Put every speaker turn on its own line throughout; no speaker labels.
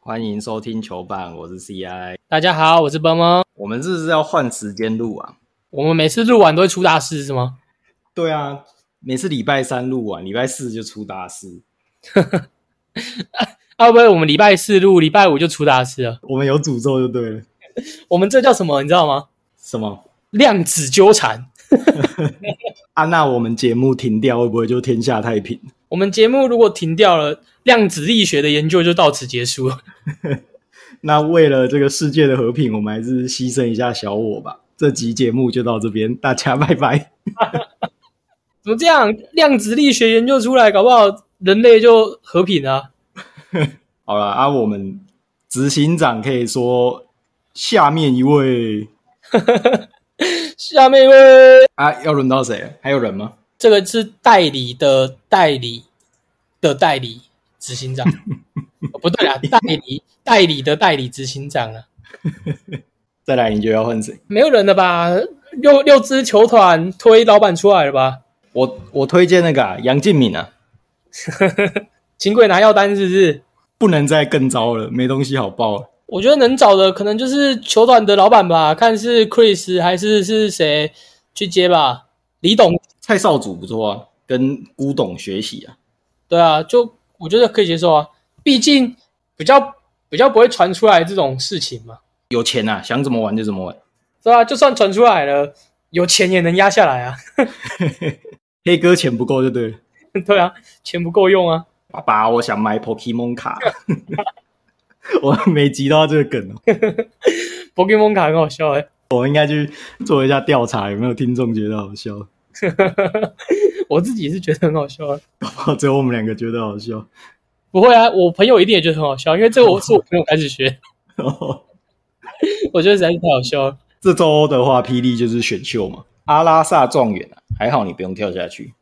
欢迎收听球棒，我是 CI。
大家好，我是邦邦。
我们是不是要换时间录啊？
我们每次录完都会出大事是吗？
对啊，每次礼拜三录完，礼拜四就出大事。
啊，会不会我们礼拜四录，礼拜五就出大事了？
我们有诅咒就对了。
我们这叫什么？你知道吗？
什么？
量子纠缠。
啊，那我们节目停掉会不会就天下太平？
我们节目如果停掉了，量子力学的研究就到此结束了。
那为了这个世界的和平，我们还是牺牲一下小我吧。这集节目就到这边，大家拜拜。
怎么这样？量子力学研究出来，搞不好人类就和平了、啊。
好了啊，我们执行长可以说下面一位
下面一位，
啊，要轮到谁了？还有人吗？
这个是代理的代理的代理执行长，哦不对啊，代理代理的代理执行长啊，
再来你就要换谁？
没有人了吧？六六支球团推老板出来了吧？
我我推荐那个啊杨、敬敏啊，
请鬼拿药单是不是？
不能再更糟了，没东西好报了。
我觉得能找的可能就是球团的老板吧，看是 Chris 还是是谁去接吧。李董，
蔡少主不错啊，跟古董学习啊。
对啊，就我觉得可以接受啊，毕竟比较比较不会传出来这种事情嘛，
有钱啊，想怎么玩就怎么玩。
是吧？就算传出来了，有钱也能压下来啊。
黑哥钱不够就对了。
对啊，钱不够用啊。
爸爸，我想买 Pokemon 卡。 我没集到这个梗哦，
Pokemon 卡很好笑哎、
我应该去做一下调查，有没有听众觉得好笑？
我自己是觉得很好笑啊。
搞不好只有我们两个觉得好笑。
不会啊，我朋友一定也觉得很好笑，因为这个我是我朋友开始学，我觉得实在是太好笑了。
这周的话，霹雳就是选秀嘛，阿拉萨状元啊，还好你不用跳下去。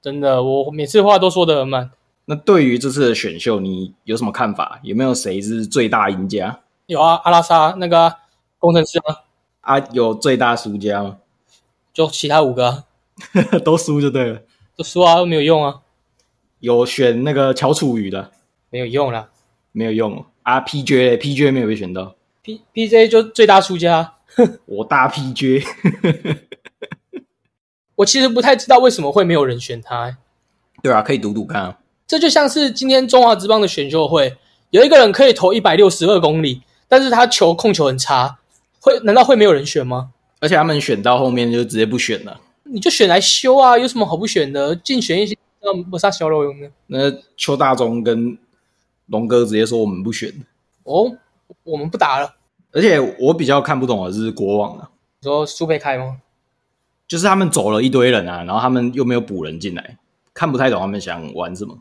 真的，我每次话都说得很慢。
那对于这次的选秀，你有什么看法？有没有谁是最大赢家
有啊，阿拉萨那个啊、工程师啊，
啊？有最大输家吗？
就其他五个、啊、
都输就对了。
都输啊，都没有用啊，
有选那个乔楚瑜的，
没有用啦。
没有用哦啊。PJ 嘞 PJ 没有被选到，
P P J 就最大输家啊、
我大 PJ
我其实不太知道为什么会没有人选他欸、
对啊，可以赌赌看、啊。
这就像是今天中华职棒的选秀会，有一个人可以投一百六十二公里，但是他球控球很差，会难道会没有人选吗？
而且他们选到后面就直接不选了。
你就选来修啊，有什么好不选的？竞选一些让抹杀小肉用的。
那邱大中跟龙哥直接说我们不选，
哦，我们不打了。
而且我比较看不懂的是国王啊，
你说苏佩开吗？
就是他们走了一堆人啊，然后他们又没有补人进来，看不太懂他们想玩什么。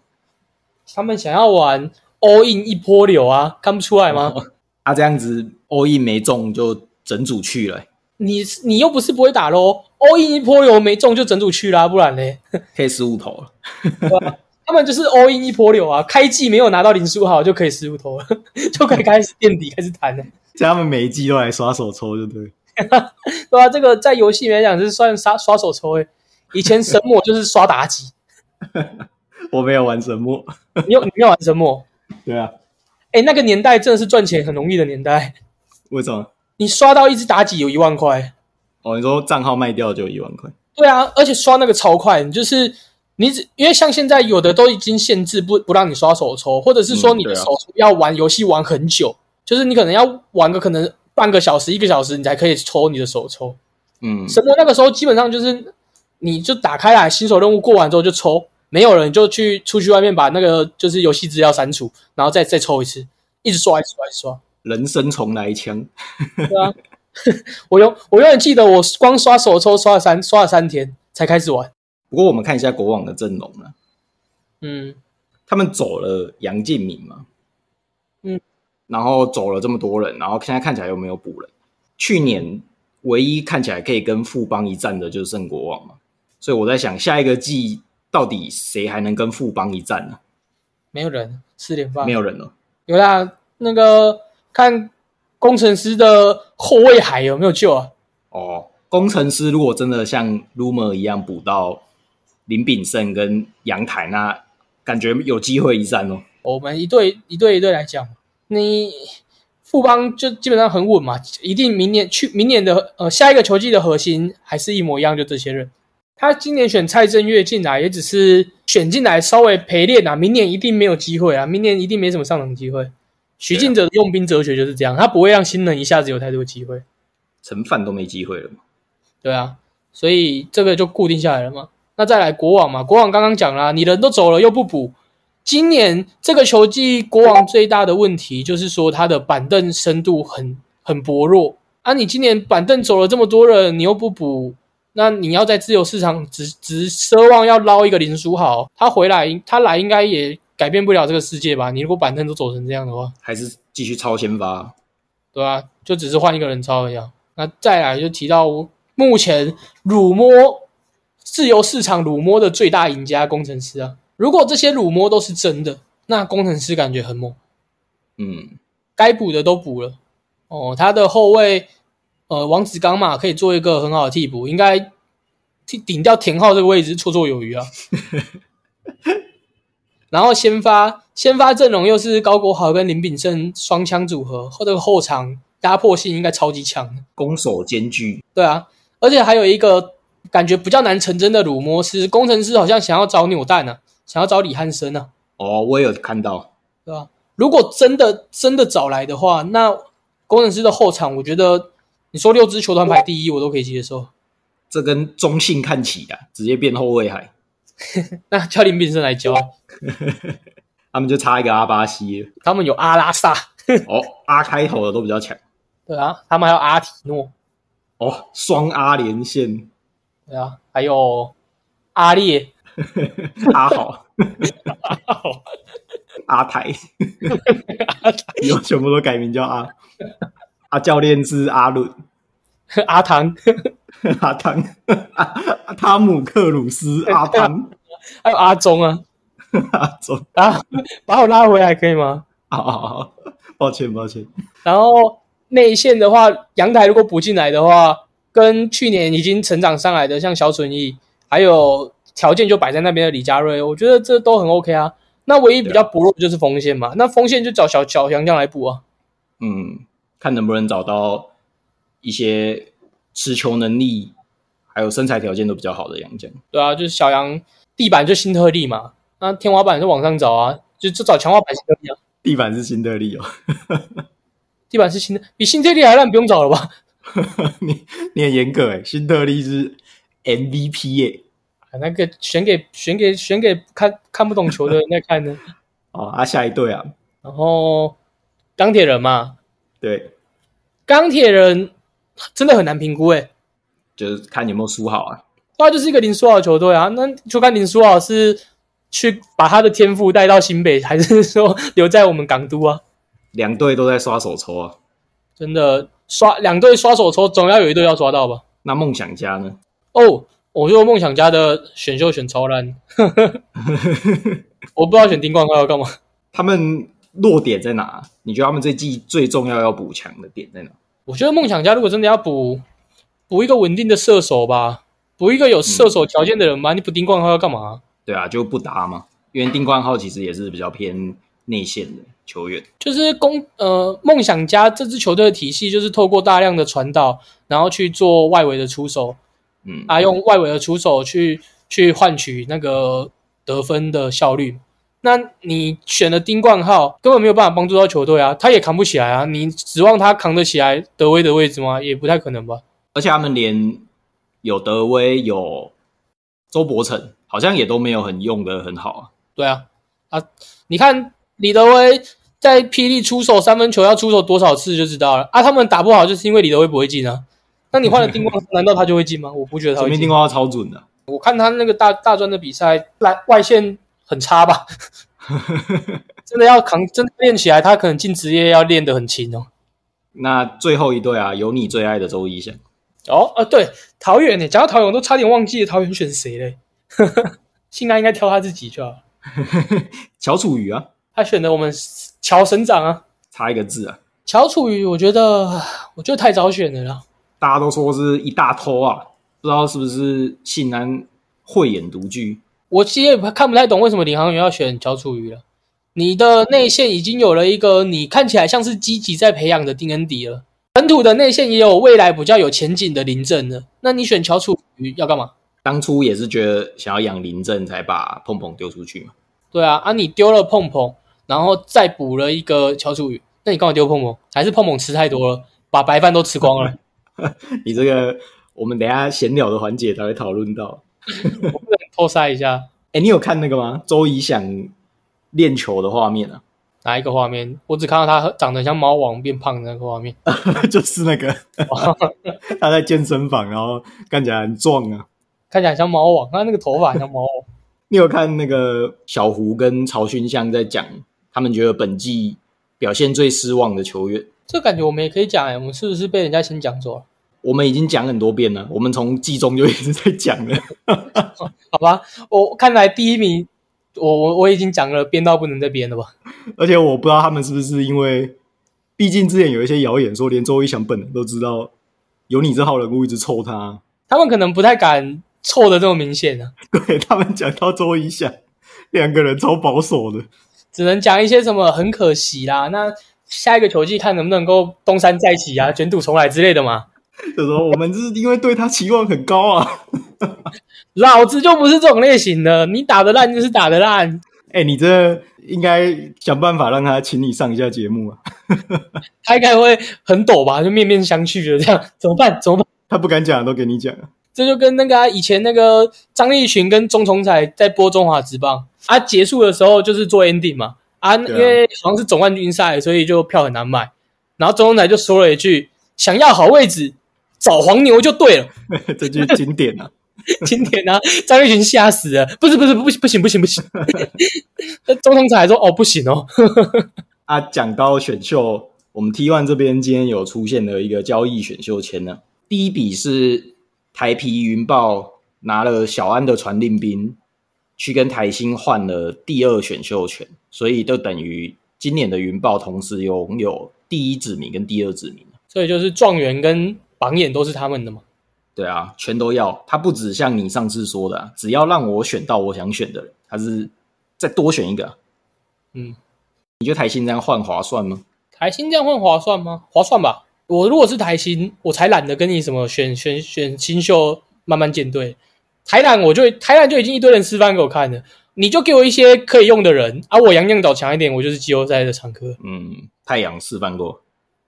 他们想要玩 all in 一波流啊，看不出来吗？
啊，这样子 all in 没中就整组去了欸、
你你又不是不会打喽，all in 一波流没中就整组去啦、不然嘞，
可以失误头了。
他们就是 all in 一波流啊，开季没有拿到林书豪就可以失误投了， 就可以开始垫底开始谈了，
所以他们每一季都来耍手抽，就对。
对啊，这个在游戏里面讲是算刷刷手抽诶、以前神魔就是刷妲己，
我没有玩神木，
你有你没有玩神魔？
对啊，
哎、那个年代真的是赚钱很容易的年代，
为什么？
你刷到一只妲己有一万块，
哦，你说账号卖掉就有一万块，
对啊，而且刷那个超快，你就是你只因为像现在有的都已经限制不不让你刷手抽，或者是说
嗯
你
对
的
啊
手抽要玩游戏玩很久，就是你可能要玩个可能半个小时一个小时你才可以抽你的手抽。
嗯，
神魔那个时候基本上就是你就打开来新手任务过完之后就抽，没有了你就去出去外面把那个就是游戏资料删除，然后再再抽一次，一直刷一直刷一直刷。
人生重来枪，
对啊， 我永我永远记得我光刷手抽刷了三刷了三天才开始玩。
不过我们看一下国网的阵容啊，
嗯，
他们走了杨敬敏嘛，
嗯，
然后走了这么多人，然后现在看起来又没有补人。去年唯一看起来可以跟富邦一战的就是圣国王嘛，所以我在想下一个季到底谁还能跟富邦一战呢、
没有人四连发
没有人了，
有啦，那个看工程师的后卫海有没有救啊？
哦，工程师如果真的像 Rumor 一样补到林炳胜跟杨台，那感觉有机会一战哦。
我们一队一队一队来讲，你富邦就基本上很稳嘛，一定明年去明年的呃下一个球季的核心还是一模一样，就这些人。他今年选蔡正月进来，也只是选进来稍微陪练啊，明年一定没有机会啊，明年一定没什么上场机会。
啊
许晋哲的用兵哲学就是这样，他不会让新人一下子有太多机会。
陈范都没机会了嘛。
对啊，所以这个就固定下来了嘛。那再来国王嘛，国王刚刚讲啦，你人都走了又不补。今年这个球季，国王最大的问题就是说他的板凳深度很很薄弱啊。你今年板凳走了这么多人，你又不补，那你要在自由市场只只奢望要捞一个林书豪，他回来他来应该也改变不了这个世界吧？你如果板凳都走成这样的话，
还是继续超先发。
对啊，就只是换一个人抄一样。那再来啊就提到目前辱摸自由市场辱摸的最大赢家工程师啊。如果这些辱摸都是真的，那工程师感觉很猛，
嗯，
该补的都补了。哦，他的后卫呃王子刚嘛可以做一个很好的替补，应该替顶掉田浩这个位置绰绰有余啊。然后先发先发阵容又是高国豪跟林炳胜双枪组合，后这个后场压迫性应该超级强的。
攻守兼具，
对啊，而且还有一个感觉比较难成真的辱摸是工程师好像想要找扭蛋啊，想要找李汉生啊，
哦，我也有看到，
对吧、啊如果真的真的找来的话，那工程师的后场，我觉得你说六支球团排第一，我都可以接受。
这跟中信看齐啊，直接变后卫海，
那叫林炳胜来教，
他们就差一个阿巴西了
他们有阿拉萨，
哦，阿开头的都比较强，
对啊，他们还有阿提诺，
哦，双阿连线，
对啊，还有阿烈，
阿好，阿台，以后全部都改名叫阿，阿教练是阿伦，
阿唐，
阿汤，阿阿汤姆克鲁 斯，阿汤，
还有阿忠啊。
阿总，
啊，把我拉回来可以吗？
好好好，抱歉抱歉，
然后内线的话，阳台如果补进来的话，跟去年已经成长上来的像小准翼，还有条件就摆在那边的李佳瑞，我觉得这都很 OK 啊。那唯一比较薄弱的就是锋线嘛，那锋线就找小小杨将来补啊。
嗯，看能不能找到一些持球能力还有身材条件都比较好的洋将。
对啊，就是小杨地板就新特利嘛，那天花板就往上找啊，就就找强化版新特利啊。
地板是新特利哦，
地板是新的，比新特利还烂，不用找了吧？
你你很严格诶，新特利是 MVP 耶、
啊那个选给选给选给看看不懂球的人在看呢。
哦，啊，下一队啊，
然后钢铁人嘛，
对，
钢铁人真的很难评估诶、欸，
就是看有没有输好啊。
他就是一个林书豪的球队啊，那就看林书豪是去把他的天赋带到新北，还是说留在我们港都啊？
两队都在刷手抽啊，
真的刷两队刷手抽，总要有一队要刷到吧？
那梦想家呢？
哦，我觉得梦想家的选秀选超烂， 我不知道选丁冠高要干嘛。
他们弱点在哪？你觉得他们这季最重要要补强的点在哪？
我觉得梦想家如果真的要补补一个稳定的射手吧，补一个有射手条件的人吧，你补丁冠高要干嘛、
对啊，就不搭嘛，因为丁冠浩其实也是比较偏内线的球员。
就是攻呃梦想家这支球队的体系，就是透过大量的传导，然后去做外围的出手
嗯，
啊，用外围的出手去去换取那个得分的效率。那你选了丁冠浩，根本没有办法帮助到球队啊，他也扛不起来啊。你指望他扛得起来德威的位置吗？也不太可能吧。
而且他们连有德威、有周伯成，好像也都没有很用的很好啊。
对啊，啊，你看李德威在霹雳出手三分球要出手多少次就知道了啊。他们打不好就是因为李德威不会进啊。那你换了丁冠浩，难道他就会进吗？我不觉得他
前
会
面
进
丁。光超准的，
我看他那个大大专的比赛，来外线很差吧？真的要扛，真的练起来，他可能进职业要练得很勤哦。
那最后一队啊，有你最爱的周一翔，
哦，啊，对，桃园呢，讲到桃园，我都差点忘记了桃园选谁嘞。 信安应该挑他自己就好了，
乔楚瑜啊，
他选的我们乔省长啊，
差一个字啊，
乔楚瑜，我觉得我觉得太早选了啦。
大家都说是一大偷啊，不知道是不是信安慧眼独具，
我其实也看不太懂为什么领航员要选乔楚瑜了。你的内线已经有了一个你看起来像是积极在培养的丁恩迪了，本土的内线也有未来比较有前景的林振了。那你选乔楚瑜要干嘛？
当初也是觉得想要养林振，才把碰碰丢出去嘛。
对啊，啊你丢了碰碰，然后再补了一个乔楚瑜，那你干嘛丢碰碰？还是碰碰吃太多了，把白饭都吃光了？
你这个我们等一下闲聊的环节才会讨论到。
我不能偷塞一下
哎，你有看那个吗？周怡想练球的画面啊，
哪一个画面？我只看到他长得像猫王变胖的那个画面。
就是那 个他在健身房，然后看起来很壮啊。
看起来像猫王，他那个头发像猫王。
你有看那个小胡跟曹勋相在讲，他们觉得本季表现最失望的球员。
这感觉我们也可以讲哎、我们是不是被人家先讲走了？
我们已经讲很多遍了，我们从季中就一直在讲了。
好吧，我看来第一名，我我我已经讲了，编到不能再编了吧？
而且我不知道他们是不是因为，毕竟之前有一些谣言说，连周一翔本人都知道有你这号人物一直抽他。
他们可能不太敢错的这么明显啊，
对他们讲到周一翔，两个人超保守的。
只能讲一些什么很可惜啦。那下一个球季看能不能够东山再起啊，卷土重来之类的嘛。
就说我们是因为对他期望很高啊。
老子就不是这种类型的，你打得烂就是打得烂，
哎、你这应该想办法让他请你上一下节目啊。
他应该会很抖吧，就面面相觑的这样，怎么办？怎么办？
他不敢讲的都给你讲啊。
这就跟那个、啊、以前那个张立群跟钟崇彩在播中华职棒啊，结束的时候就是做 ending 嘛啊，因为好像是总冠军赛，所以就票很难买。然后钟崇彩就说了一句：“想要好位置，找黄牛就对了。
这句经典啊。”
今天呢、啊，张立群吓死了，不是不是不行不行不行 不行。那钟崇彩还说：“哦，不行哦。
啊，讲到选秀，我们 T One 这边今天有出现了一个交易选秀签呢。第一笔是台皮云豹拿了小安的传令兵，去跟台新换了第二选秀权，所以就等于今年的云豹同时拥有第一指名跟第二指名。”
所以就是状元跟榜眼都是他们的嘛。
对啊，全都要。他不只像你上次说的啊、只要让我选到我想选的人，他是再多选一个啊。
嗯，
你觉得台新这样换划算吗？
台新这样换划算吗？划算吧。我如果是台新，我才懒得跟你什么选选选新秀，慢慢建队。台南我就台南就已经一堆人示范给我看了，你就给我一些可以用的人啊，我杨亮岛强一点，我就是季后赛的常客，
嗯，太阳示范过，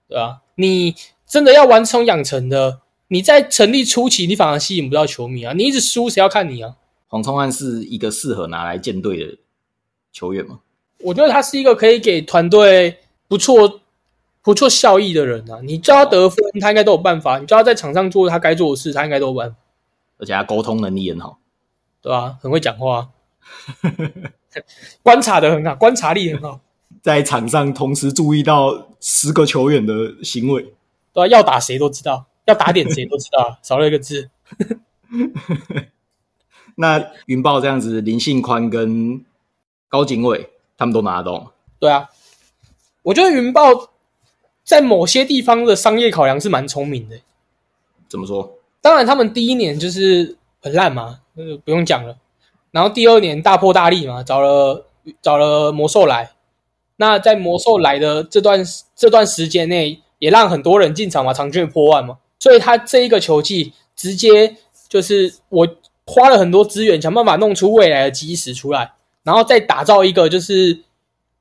对吧、你真的要完成养成的，你在成立初期，你反而吸引不到球迷啊，你一直输，谁要看你啊？
黄聪汉是一个适合拿来建队的球员吗？
我觉得他是一个可以给团队不错、不错效益的人啊。你叫他得分，他应该都有办法；你叫他在场上做他该做的事，他应该都有办法，
而且他沟通能力很好。
对吧、很会讲话啊、 观察的很好，观察力很好，
在场上同时注意到十个球员的行为，
对吧、啊要打谁都知道，要打点谁都知道，啊 少了一个字。
那云豹这样子，林信宽跟高景伟他们都拿得到吗，
对啊，我觉得云豹在某些地方的商业考量是蛮聪明的。
怎么说？
当然，他们第一年就是很烂嘛，那个不用讲了。然后第二年大破大立嘛，找了找了魔兽来。那在魔兽来的这段这段时间内，也让很多人进场嘛，场均也破万嘛。所以他这一个球季，直接就是我花了很多资源，想办法弄出未来的基石出来，然后再打造一个就是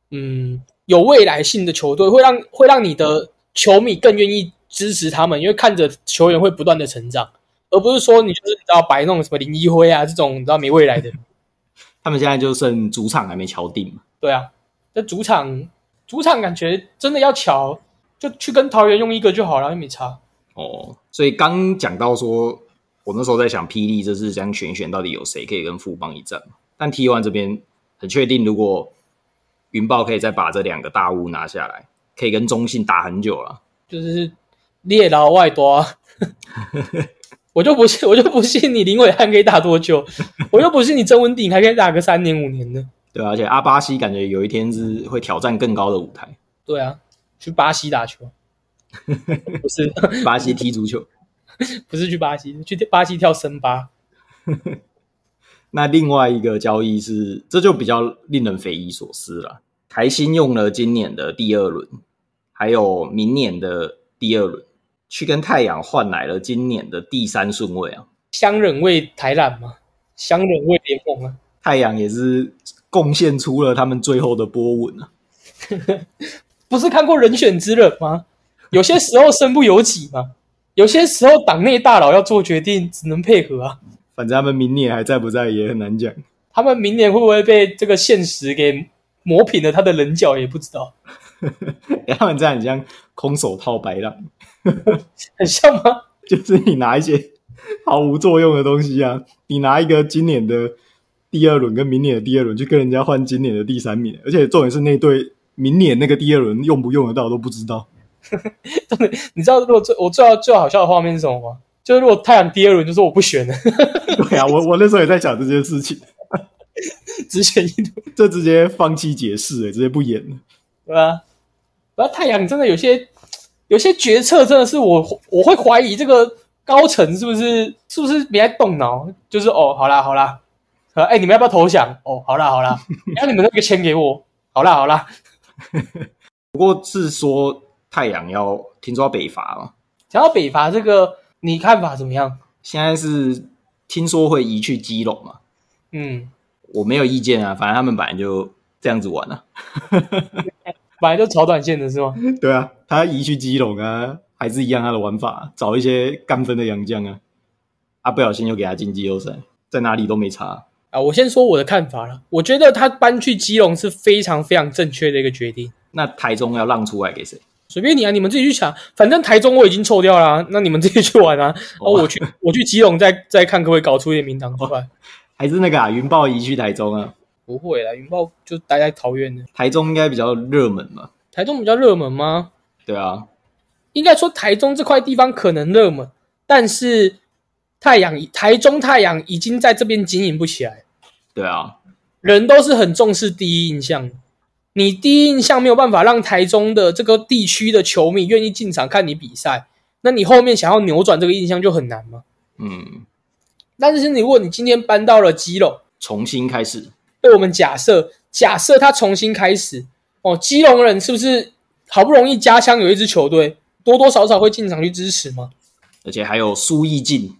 嗯有未来性的球队，会让会让你的球迷更愿意支持他们，因为看着球员会不断的成长，而不是说你就是你知道白弄什么林一辉啊这种你知道没未来的。
他们现在就剩主场还没敲定嘛。
对啊，那主场主场感觉真的要巧，就去跟桃园用一个就好了，又没差。
哦，所以刚讲到说，我那时候在想，霹雳这次这样选选到底有谁可以跟富邦一战嘛？但 T One 这边很确定，如果云豹可以再把这两个大物拿下来，可以跟中信打很久了。
就是猎老外多、啊。我就不信，我就不信你林伟汉可以打多久，我就不信你曾文鼎还可以打个三年五年的。
对啊，而且阿巴西感觉有一天是会挑战更高的舞台。
对啊，去巴西打球，不是
巴西踢足球。
不是去巴西，去巴西跳森巴。
那另外一个交易是，这就比较令人匪夷所思了。台新用了今年的第二轮，还有明年的第二轮，去跟太阳换来了今年的第三顺位啊。
相忍为台篮嘛，相忍为联盟啊，
太阳也是贡献出了他们最后的波纹啊。
不是看过《人选之人》吗？有些时候身不由己嘛，有些时候党内大佬要做决定，只能配合啊。
反正他们明年还在不在也很难讲。
他们明年会不会被这个现实给磨平了他的棱角，也不知道，
欸他们这样很像空手套白狼，
很像吗？
就是你拿一些毫无作用的东西啊，你拿一个今年的第二轮跟明年的第二轮去跟人家换今年的第三名，而且重点是那队明年那个第二轮用不用得到都不知道。
你知道，如果最我最好最好笑的画面是什么吗？就是如果太阳第二轮就说我不选了，
对啊，我我那时候也在想这件事情，
只选一轮，
这直接放弃解释、欸，直接不演了。
对吧？然后太阳真的有些有些决策真的是我我会怀疑这个高层是不是是不是没在动脑，就是哦，好啦好啦，呃，哎，你们要不要投降？哦，好啦好啦，哎让你们那个钱给我，好啦好啦。
不过是说太阳要听说要北伐嘛，
讲到北伐这个，你看法怎么样？
现在是听说会移去基隆嘛，
嗯，
我没有意见啊，反正他们本来就这样子玩啊。
本来就炒短线的是吗？
对啊，他移去基隆啊，还是一样他的玩法，找一些干分的洋将啊，啊，不小心又给他进季后赛，在哪里都没差。
啊，我先说我的看法了。我觉得他搬去基隆是非常非常正确的一个决定。
那台中要让出来给谁？
随便你啊，你们自己去抢。反正台中我已经抽掉了啊、 那你们自己去玩啊。哦，我去， 我去基隆再再看可不可以搞出一点名堂出来。
还是那个啊，云豹移去台中啊，
不会啦，云豹就待在桃园的。
台中应该比较热门嘛。
台中比较热门吗？
对啊，
应该说台中这块地方可能热门，但是太阳台中太阳已经在这边经营不起来了。
对啊，
人都是很重视第一印象的。你第一印象没有办法让台中的这个地区的球迷愿意进场看你比赛，那你后面想要扭转这个印象就很难嘛。
嗯，
但是你如果你今天搬到了基隆，
重新开始，
对我们假设，假设他重新开始，哦，基隆人是不是好不容易家乡有一支球队，多多少少会进场去支持嘛？
而且还有苏奕进，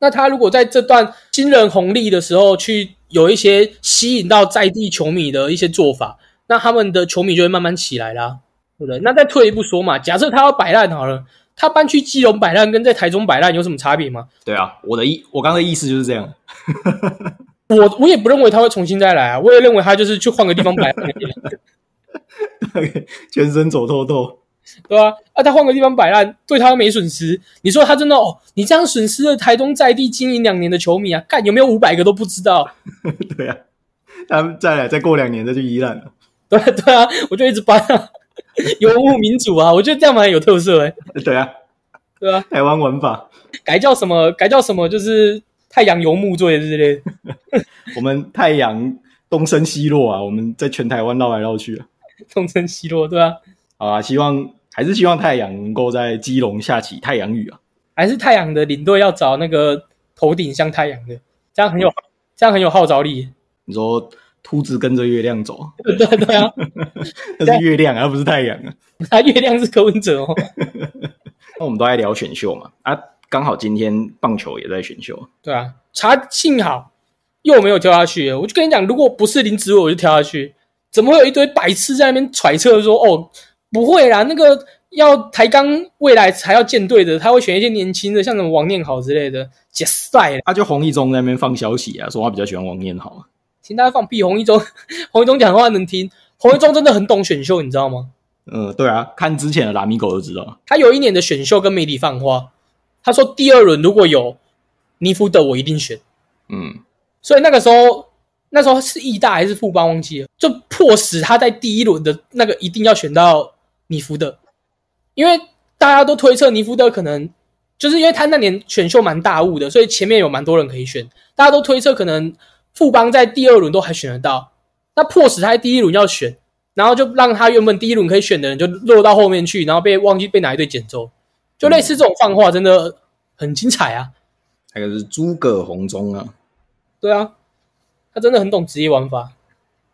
那他如果在这段新人红利的时候去有一些吸引到在地球迷的一些做法，那他们的球迷就会慢慢起来啦，对不对？那再退一步说嘛，假设他要摆烂好了，他搬去基隆摆烂跟在台中摆烂有什么差别吗？
对啊，我的意，我刚刚的意思就是这样。
我我也不认为他会重新再来啊，我也认为他就是去换个地方摆烂而已，啊
全身走透透，
对吧、啊？啊，他换个地方摆烂，对他又没损失。你说他真的哦，你这样损失了台中在地经营两年的球迷啊，干有没有五百个都不知道。
对啊，他们再来，再过两年再去宜兰了，
对啊对啊，我就一直搬啊，游牧民族啊，我觉得这样蛮有特色哎、
对啊，
对吧、啊？
台湾玩法，
改叫什么？改叫什么？就是太阳游牧罪之类的。
我们太阳东升西落啊，我们在全台湾绕来绕去啊。
东升西落，对吧、啊？
好啊，希望还是希望太阳能够在基隆下起太阳雨啊。
还是太阳的领队要找那个头顶像太阳的，这样很有，这样很有号召力。
你说秃子跟着月亮走，
对对对啊，
那是月亮啊，而不是太阳啊。
他月亮是柯文哲哦。
那我们都在聊选秀嘛，啊，刚好今天棒球也在选秀，
对啊，查幸好又没有跳下去了。我就跟你讲，如果不是林子伟，我就跳下去。怎么会有一堆白痴在那边揣测说，哦，不会啦，那个要台钢未来才要建队的，他会选一些年轻的，像什么王念豪之类的，解赛啦，
他、啊就洪一中在那边放消息啊，说他比较喜欢王念豪啊。
请大家放屁。洪一中， 洪一中讲话能听，洪一中真的很懂选秀，你知道吗？
嗯，对啊，看之前的拉米狗就知道，啊
他有一年的选秀跟媒体放话，他说第二轮如果有尼福德，我一定选。
嗯，
所以那个时候，那时候是义大还是富邦忘记了，就迫使他在第一轮的那个一定要选到尼福德，因为大家都推测尼福德可能就是因为他那年选秀蛮大雾的，所以前面有蛮多人可以选，大家都推测可能富邦在第二轮都还选得到，那迫使他在第一轮要选，然后就让他原本第一轮可以选的人就落到后面去，然后被忘记被哪一队捡走，就类似这种放话真的很精彩啊！
还有是诸葛红中啊，
对啊，他真的很懂职业玩法。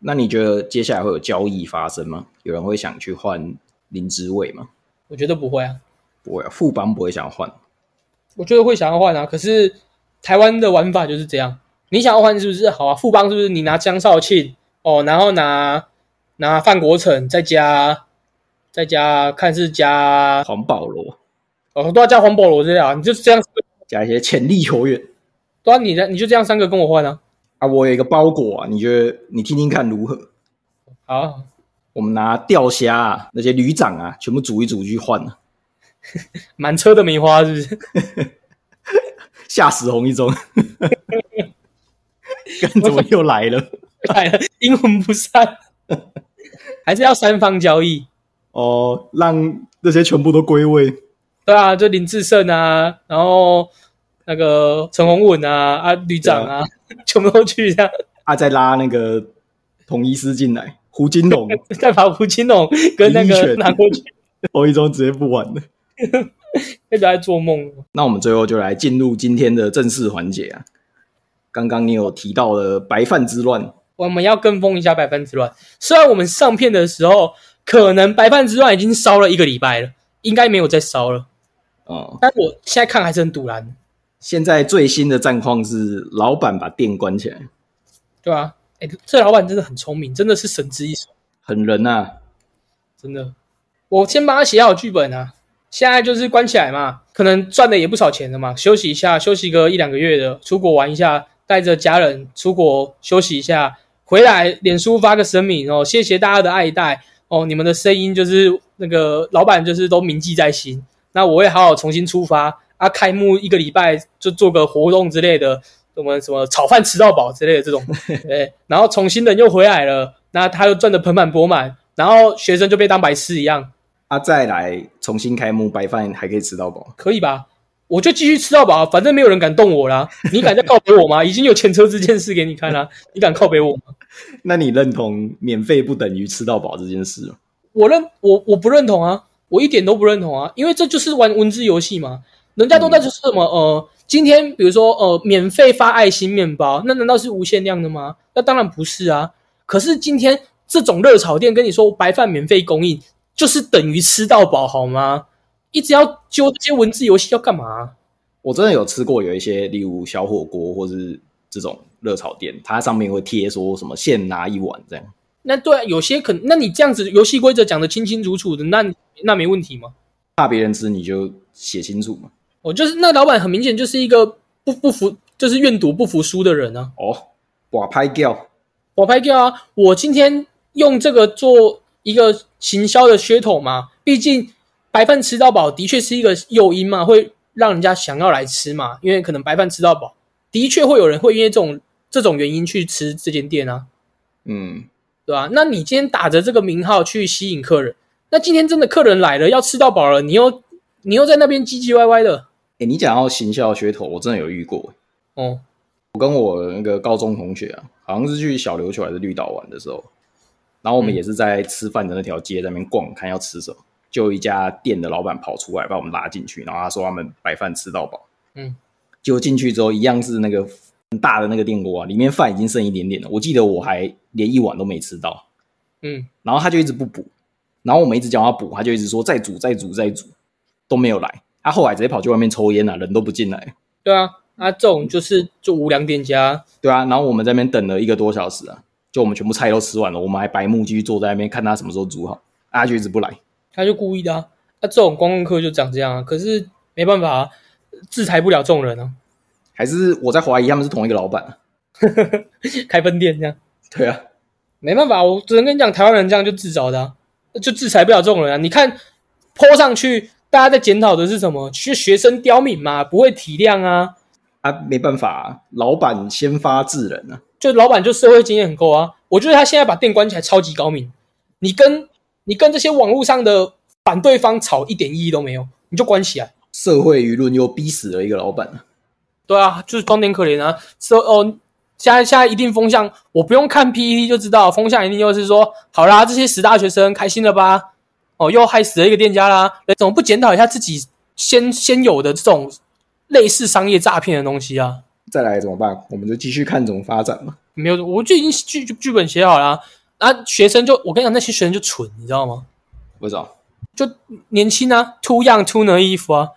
那你觉得接下来会有交易发生吗？有人会想去换林志伟吗？
我觉得不会啊，
不会啊，富邦不会想要换。
我觉得会想要换啊。可是台湾的玩法就是这样，你想要换是不是好啊？富邦是不是你拿江少庆哦，然后拿拿范国成，再加再加看是加
黄保罗
哦都要加黄保罗这样啊，你就这样
加一些潜力球员
对啊，你的你就这样三个跟我换啊。
啊，我有一个包裹啊，你觉得你听听看如何？
好啊，
我们拿钓虾啊，那些旅长啊，全部组一组去换啊，
满车的梅花是不是？
吓死洪一中。 干怎么又来了？
来了，阴魂不散， 还是要三方交易。
哦，让这些全部都归位。
对啊，就林志胜啊，然后那个陈宏文啊，啊旅长啊， 全部都去这样，
啊，再拉那个统一师进来，胡金龙、
再把胡金龙跟那
林奕
个
泉
拿过去，
洪一中直接不玩了。
那就在做梦了。
那我们最后就来进入今天的正式环节啊。刚刚你有提到了白饭之乱，
我们要跟风一下白饭之乱。虽然我们上片的时候，可能白饭之乱已经烧了一个礼拜了，应该没有再烧了，
哦，
但我现在看还是很堵然，
现在最新的战况是老板把店关起来，
对吧、啊？哎，这老板真的很聪明，真的是神之一手。
狠人啊！
真的。我先帮他写好剧本啊，现在就是关起来嘛，可能赚的也不少钱了嘛，休息一下，休息个一两个月的，出国玩一下，带着家人出国休息一下，回来脸书发个声明哦，谢谢大家的爱戴哦，你们的声音就是那个老板就是都铭记在心，那我会好好重新出发啊，开幕一个礼拜就做个活动之类的，我们什么炒饭吃到饱之类的这种，对，然后重新人又回来了，那他又赚得盆满钵满，然后学生就被当白痴一样，
啊，再来重新开幕，白饭还可以吃到饱。
可以吧？我就继续吃到饱，反正没有人敢动我啦。你敢再靠北我吗？已经有前车之鉴示给你看啦，你敢靠北我吗？
那你认同免费不等于吃到饱这件事吗？
我认我我不认同啊，我一点都不认同啊，因为这就是玩文字游戏嘛。人家都在就是什么呃，今天比如说呃，免费发爱心面包，那难道是无限量的吗？那当然不是啊。可是今天这种热炒店跟你说白饭免费供应，就是等于吃到饱好吗？一直要揪这些文字游戏要干嘛啊、
我真的有吃过有一些，例如小火锅或是这种热炒店，它上面会贴说什么现拿一碗这样。
那对、啊，有些可能，那你这样子游戏规则讲的清清楚楚的，那那没问题吗？
怕别人吃你就写清楚嘛。
我就是那老板很明显就是一个不不服，就是愿赌不服输的人啊。
哦，把拍掉，
我拍掉啊！我今天用这个做一个行销的噱头嘛，毕竟白饭吃到饱的确是一个诱因嘛，会让人家想要来吃嘛，因为可能白饭吃到饱，的确会有人会因为这种这种原因去吃这间店啊，
嗯，
对吧、那你今天打着这个名号去吸引客人，那今天真的客人来了要吃到饱了，你又你又在那边唧唧歪歪的，
哎、你讲到行销噱头，我真的有遇过。
哦，
我跟我那个高中同学啊，好像是去小琉球还是绿岛玩的时候，然后我们
嗯
也是在吃饭的那条街在那边逛，看要吃什么。就有一家店的老板跑出来把我们拉进去，然后他说他们白饭吃到饱。
嗯，
结果进去之后一样是那个很大的那个电锅啊，里面饭已经剩一点点了。我记得我还连一碗都没吃到，
嗯，
然后他就一直不补，然后我们一直叫他补，他就一直说再煮再煮再煮，都没有来。他后来直接跑去外面抽烟了、啊人都不进来。
对啊，啊，这种就是就无良店家，
对啊，然后我们在那边等了一个多小时啊，就我们全部菜都吃完了，我们还白目继续坐在那边看他什么时候煮好，啊，他就一直不来。
他就故意的啊。那、这种观光客就长这样啊，可是没办法、啊，制裁不了这种人啊，
还是我在怀疑他们是同一个老板啊。
开分店这样
对啊，
没办法，我只能跟你讲，台湾人这样就自找的、啊，就制裁不了这种人啊。你看泼上去，大家在检讨的是什么？学学生刁民嘛，不会体谅啊。
啊，没办法、啊，老板先发制人啊。
就老板就社会经验很够啊。我觉得他现在把店关起来超级高明，你跟你跟这些网络上的反对方吵一点意义都没有，你就关起来。
社会舆论又逼死了一个老板啊，
对啊，就是装点可怜啊。说哦，现在现在一定风向，我不用看 PPT 就知道，风向一定又是说，好啦，这些十大学生开心了吧？哦，又害死了一个店家啦。人怎么不检讨一下自己先先有的这种类似商业诈骗的东西啊？
再来怎么办？我们就继续看怎么发展嘛。
没有，我就已经剧剧本写好了啊、啊。学生就我跟你讲，那些学生就蠢，你知道吗？
为什么？
就年轻啊，too young too naive 啊。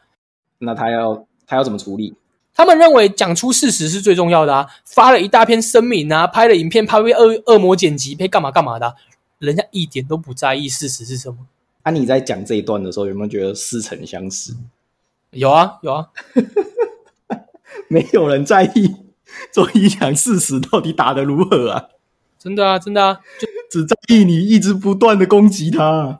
那他要他要怎么处理？
他们认为讲出事实是最重要的啊，发了一大篇声明啊，拍了影片，怕被恶恶魔剪辑，被干嘛干嘛的啊、人家一点都不在意事实是什么。
啊，你在讲这一段的时候，有没有觉得似曾相识？
有啊有啊，
没有人在意周一讲事实到底打得如何啊，
真的啊真的啊，就
只在意你一直不断的攻击他。啊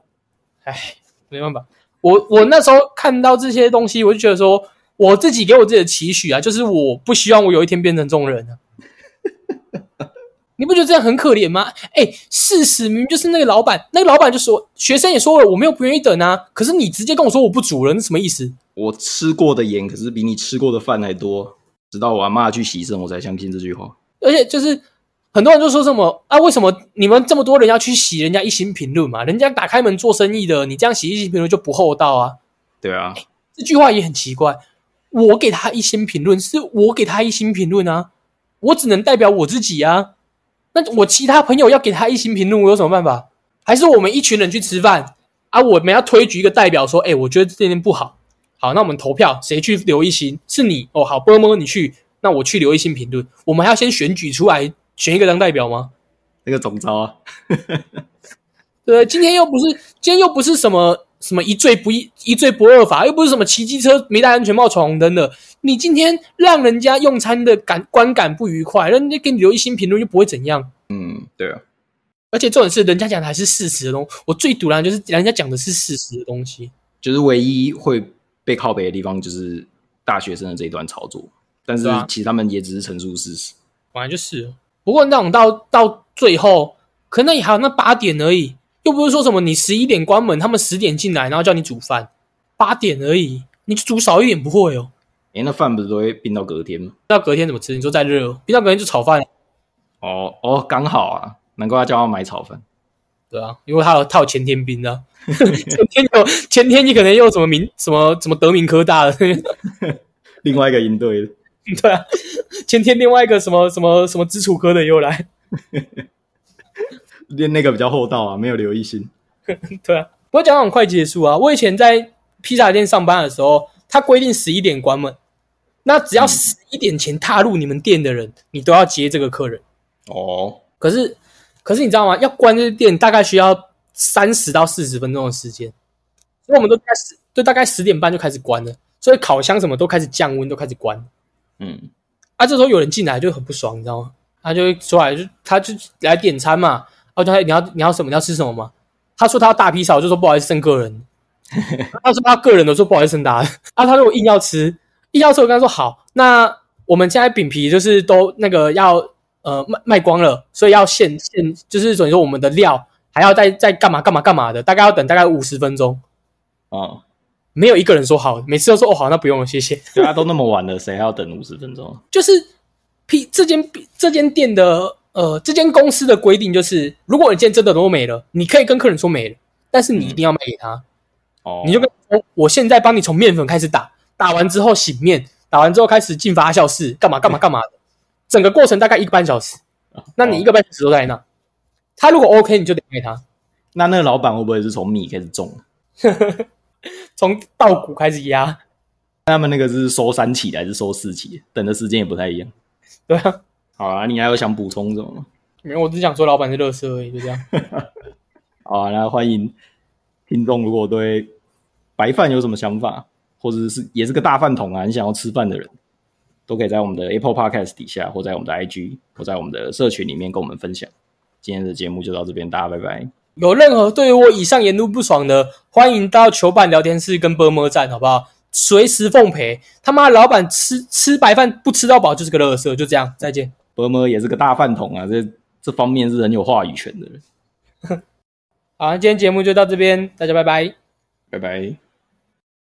唉，没办法，我我那时候看到这些东西，我就觉得说，我自己给我自己的期许啊，就是我不希望我有一天变成这种人啊。你不觉得这样很可怜吗？哎，事实明明就是那个老板，那个老板就说，学生也说了，我没有不愿意等啊，可是你直接跟我说我不煮了，那什么意思？
我吃过的盐可是比你吃过的饭还多，直到我阿妈去洗肾，我才相信这句话。
而且就是很多人就说什么啊，为什么你们这么多人要去洗人家一星评论嘛？人家打开门做生意的，你这样洗一星评论就不厚道啊。
对啊，
这句话也很奇怪。我给他一星评论，是我给他一星评论啊，我只能代表我自己啊。那我其他朋友要给他一星评论，我有什么办法？还是我们一群人去吃饭啊？我们要推举一个代表说，哎、我觉得这件不好，好，那我们投票，谁去留一星？是你哦，好，波波你去，那我去留一星评论。我们还要先选举出来，选一个当代表吗？
那个总招啊，
对，今天又不是今天又不是什么什么一罪不一一罪不二法，又不是什么骑机车没戴安全帽闯红灯的。你今天让人家用餐的感观感不愉快，人家给你留一星评论又不会怎样。
嗯，对啊，
而且重点是，人家讲的还是事实的东我最堵然就是人家讲的是事实的东西。
就是唯一会被靠北的地方就是大学生的这一段操作，但是
对啊
其实他们也只是陈述事实。
本来就是。不过那种到到最后，可能也还有那八点而已，又不是说什么你十一点关门，他们十点进来，然后叫你煮饭，八点而已，你煮少一点不会哦。
诶、那饭不是都会冰到隔天吗？
那隔天怎么吃？你说再热哦，冰到隔天就炒饭，
哦哦，刚好啊，难怪他叫他买炒饭。
对啊，因为它有它有前天冰的、啊， 前天有前天你可能又什么名什么什么德明科大的，
另外一个应对的，
对啊，前天另外一个什么什么什么基础科的又来，
练那个比较厚道啊，没有留一心。
对啊，不过讲得很快结束啊。我以前在披萨店上班的时候，他规定十一点关门，那只要十一点前踏入你们店的人，你都要接这个客人。
哦，
可是，可是你知道吗？要关这店大概需要三十到四十分钟的时间，所以我们都开始，就大概十点半就开始关了，所以烤箱什么都开始降温，都开始关。
嗯，
啊，这时候有人进来就很不爽，你知道吗？他就会出来，就他就来点餐嘛。然后就他你要你要什么？你要吃什么吗？他说他要大披萨，我就说不好意思，剩个人。他说他个人的，我说不好意思，剩大的。啊，他说我硬要吃，硬要吃，我跟他说好，那我们现在饼皮就是都那个要呃卖卖光了，所以要现现就是等于说我们的料还要再再干嘛干嘛干嘛的，大概要等大概五十分钟。
哦，
没有一个人说好，每次都说哦好，那不用了，谢谢。
大啊家都那么晚了，谁还要等五十分钟？
就是披这间这间店的呃这间公司的规定就是，如果你今天真的都没了，你可以跟客人说没了，但是你一定要卖给他，
哦，
你就跟他说我现在帮你从面粉开始打，打完之后醒面，打完之后开始进发酵室，干嘛干嘛干嘛的，整个过程大概一个半小时，那你一个半小时都在那，他如果 OK 你就得卖他，
那那个老板会不会是从米开始种？
从稻谷开始压，
他们那个是收三期的还是收四期的？等的时间也不太一样。
对啊。
好啊，你还有想补充什么吗？
没有，我只想说老板是乐色而已，就这样。
好啊，那欢迎听众，如果对白饭有什么想法，或者是也是个大饭桶啊，你想要吃饭的人，都可以在我们的 Apple Podcast 底下，或在我们的 IG，或在我们的社群里面跟我们分享。今天的节目就到这边，大家拜拜。
有任何对于我以上言论不爽的，欢迎到球板聊天室跟波摩站，好不好？随时奉陪。他妈，老板吃吃白饭不吃到饱就是个乐色，就这样，再见。
伯摩也是个大饭桶啊，这这方面是很有话语权的人。
好，今天节目就到这边，大家拜拜。
拜拜。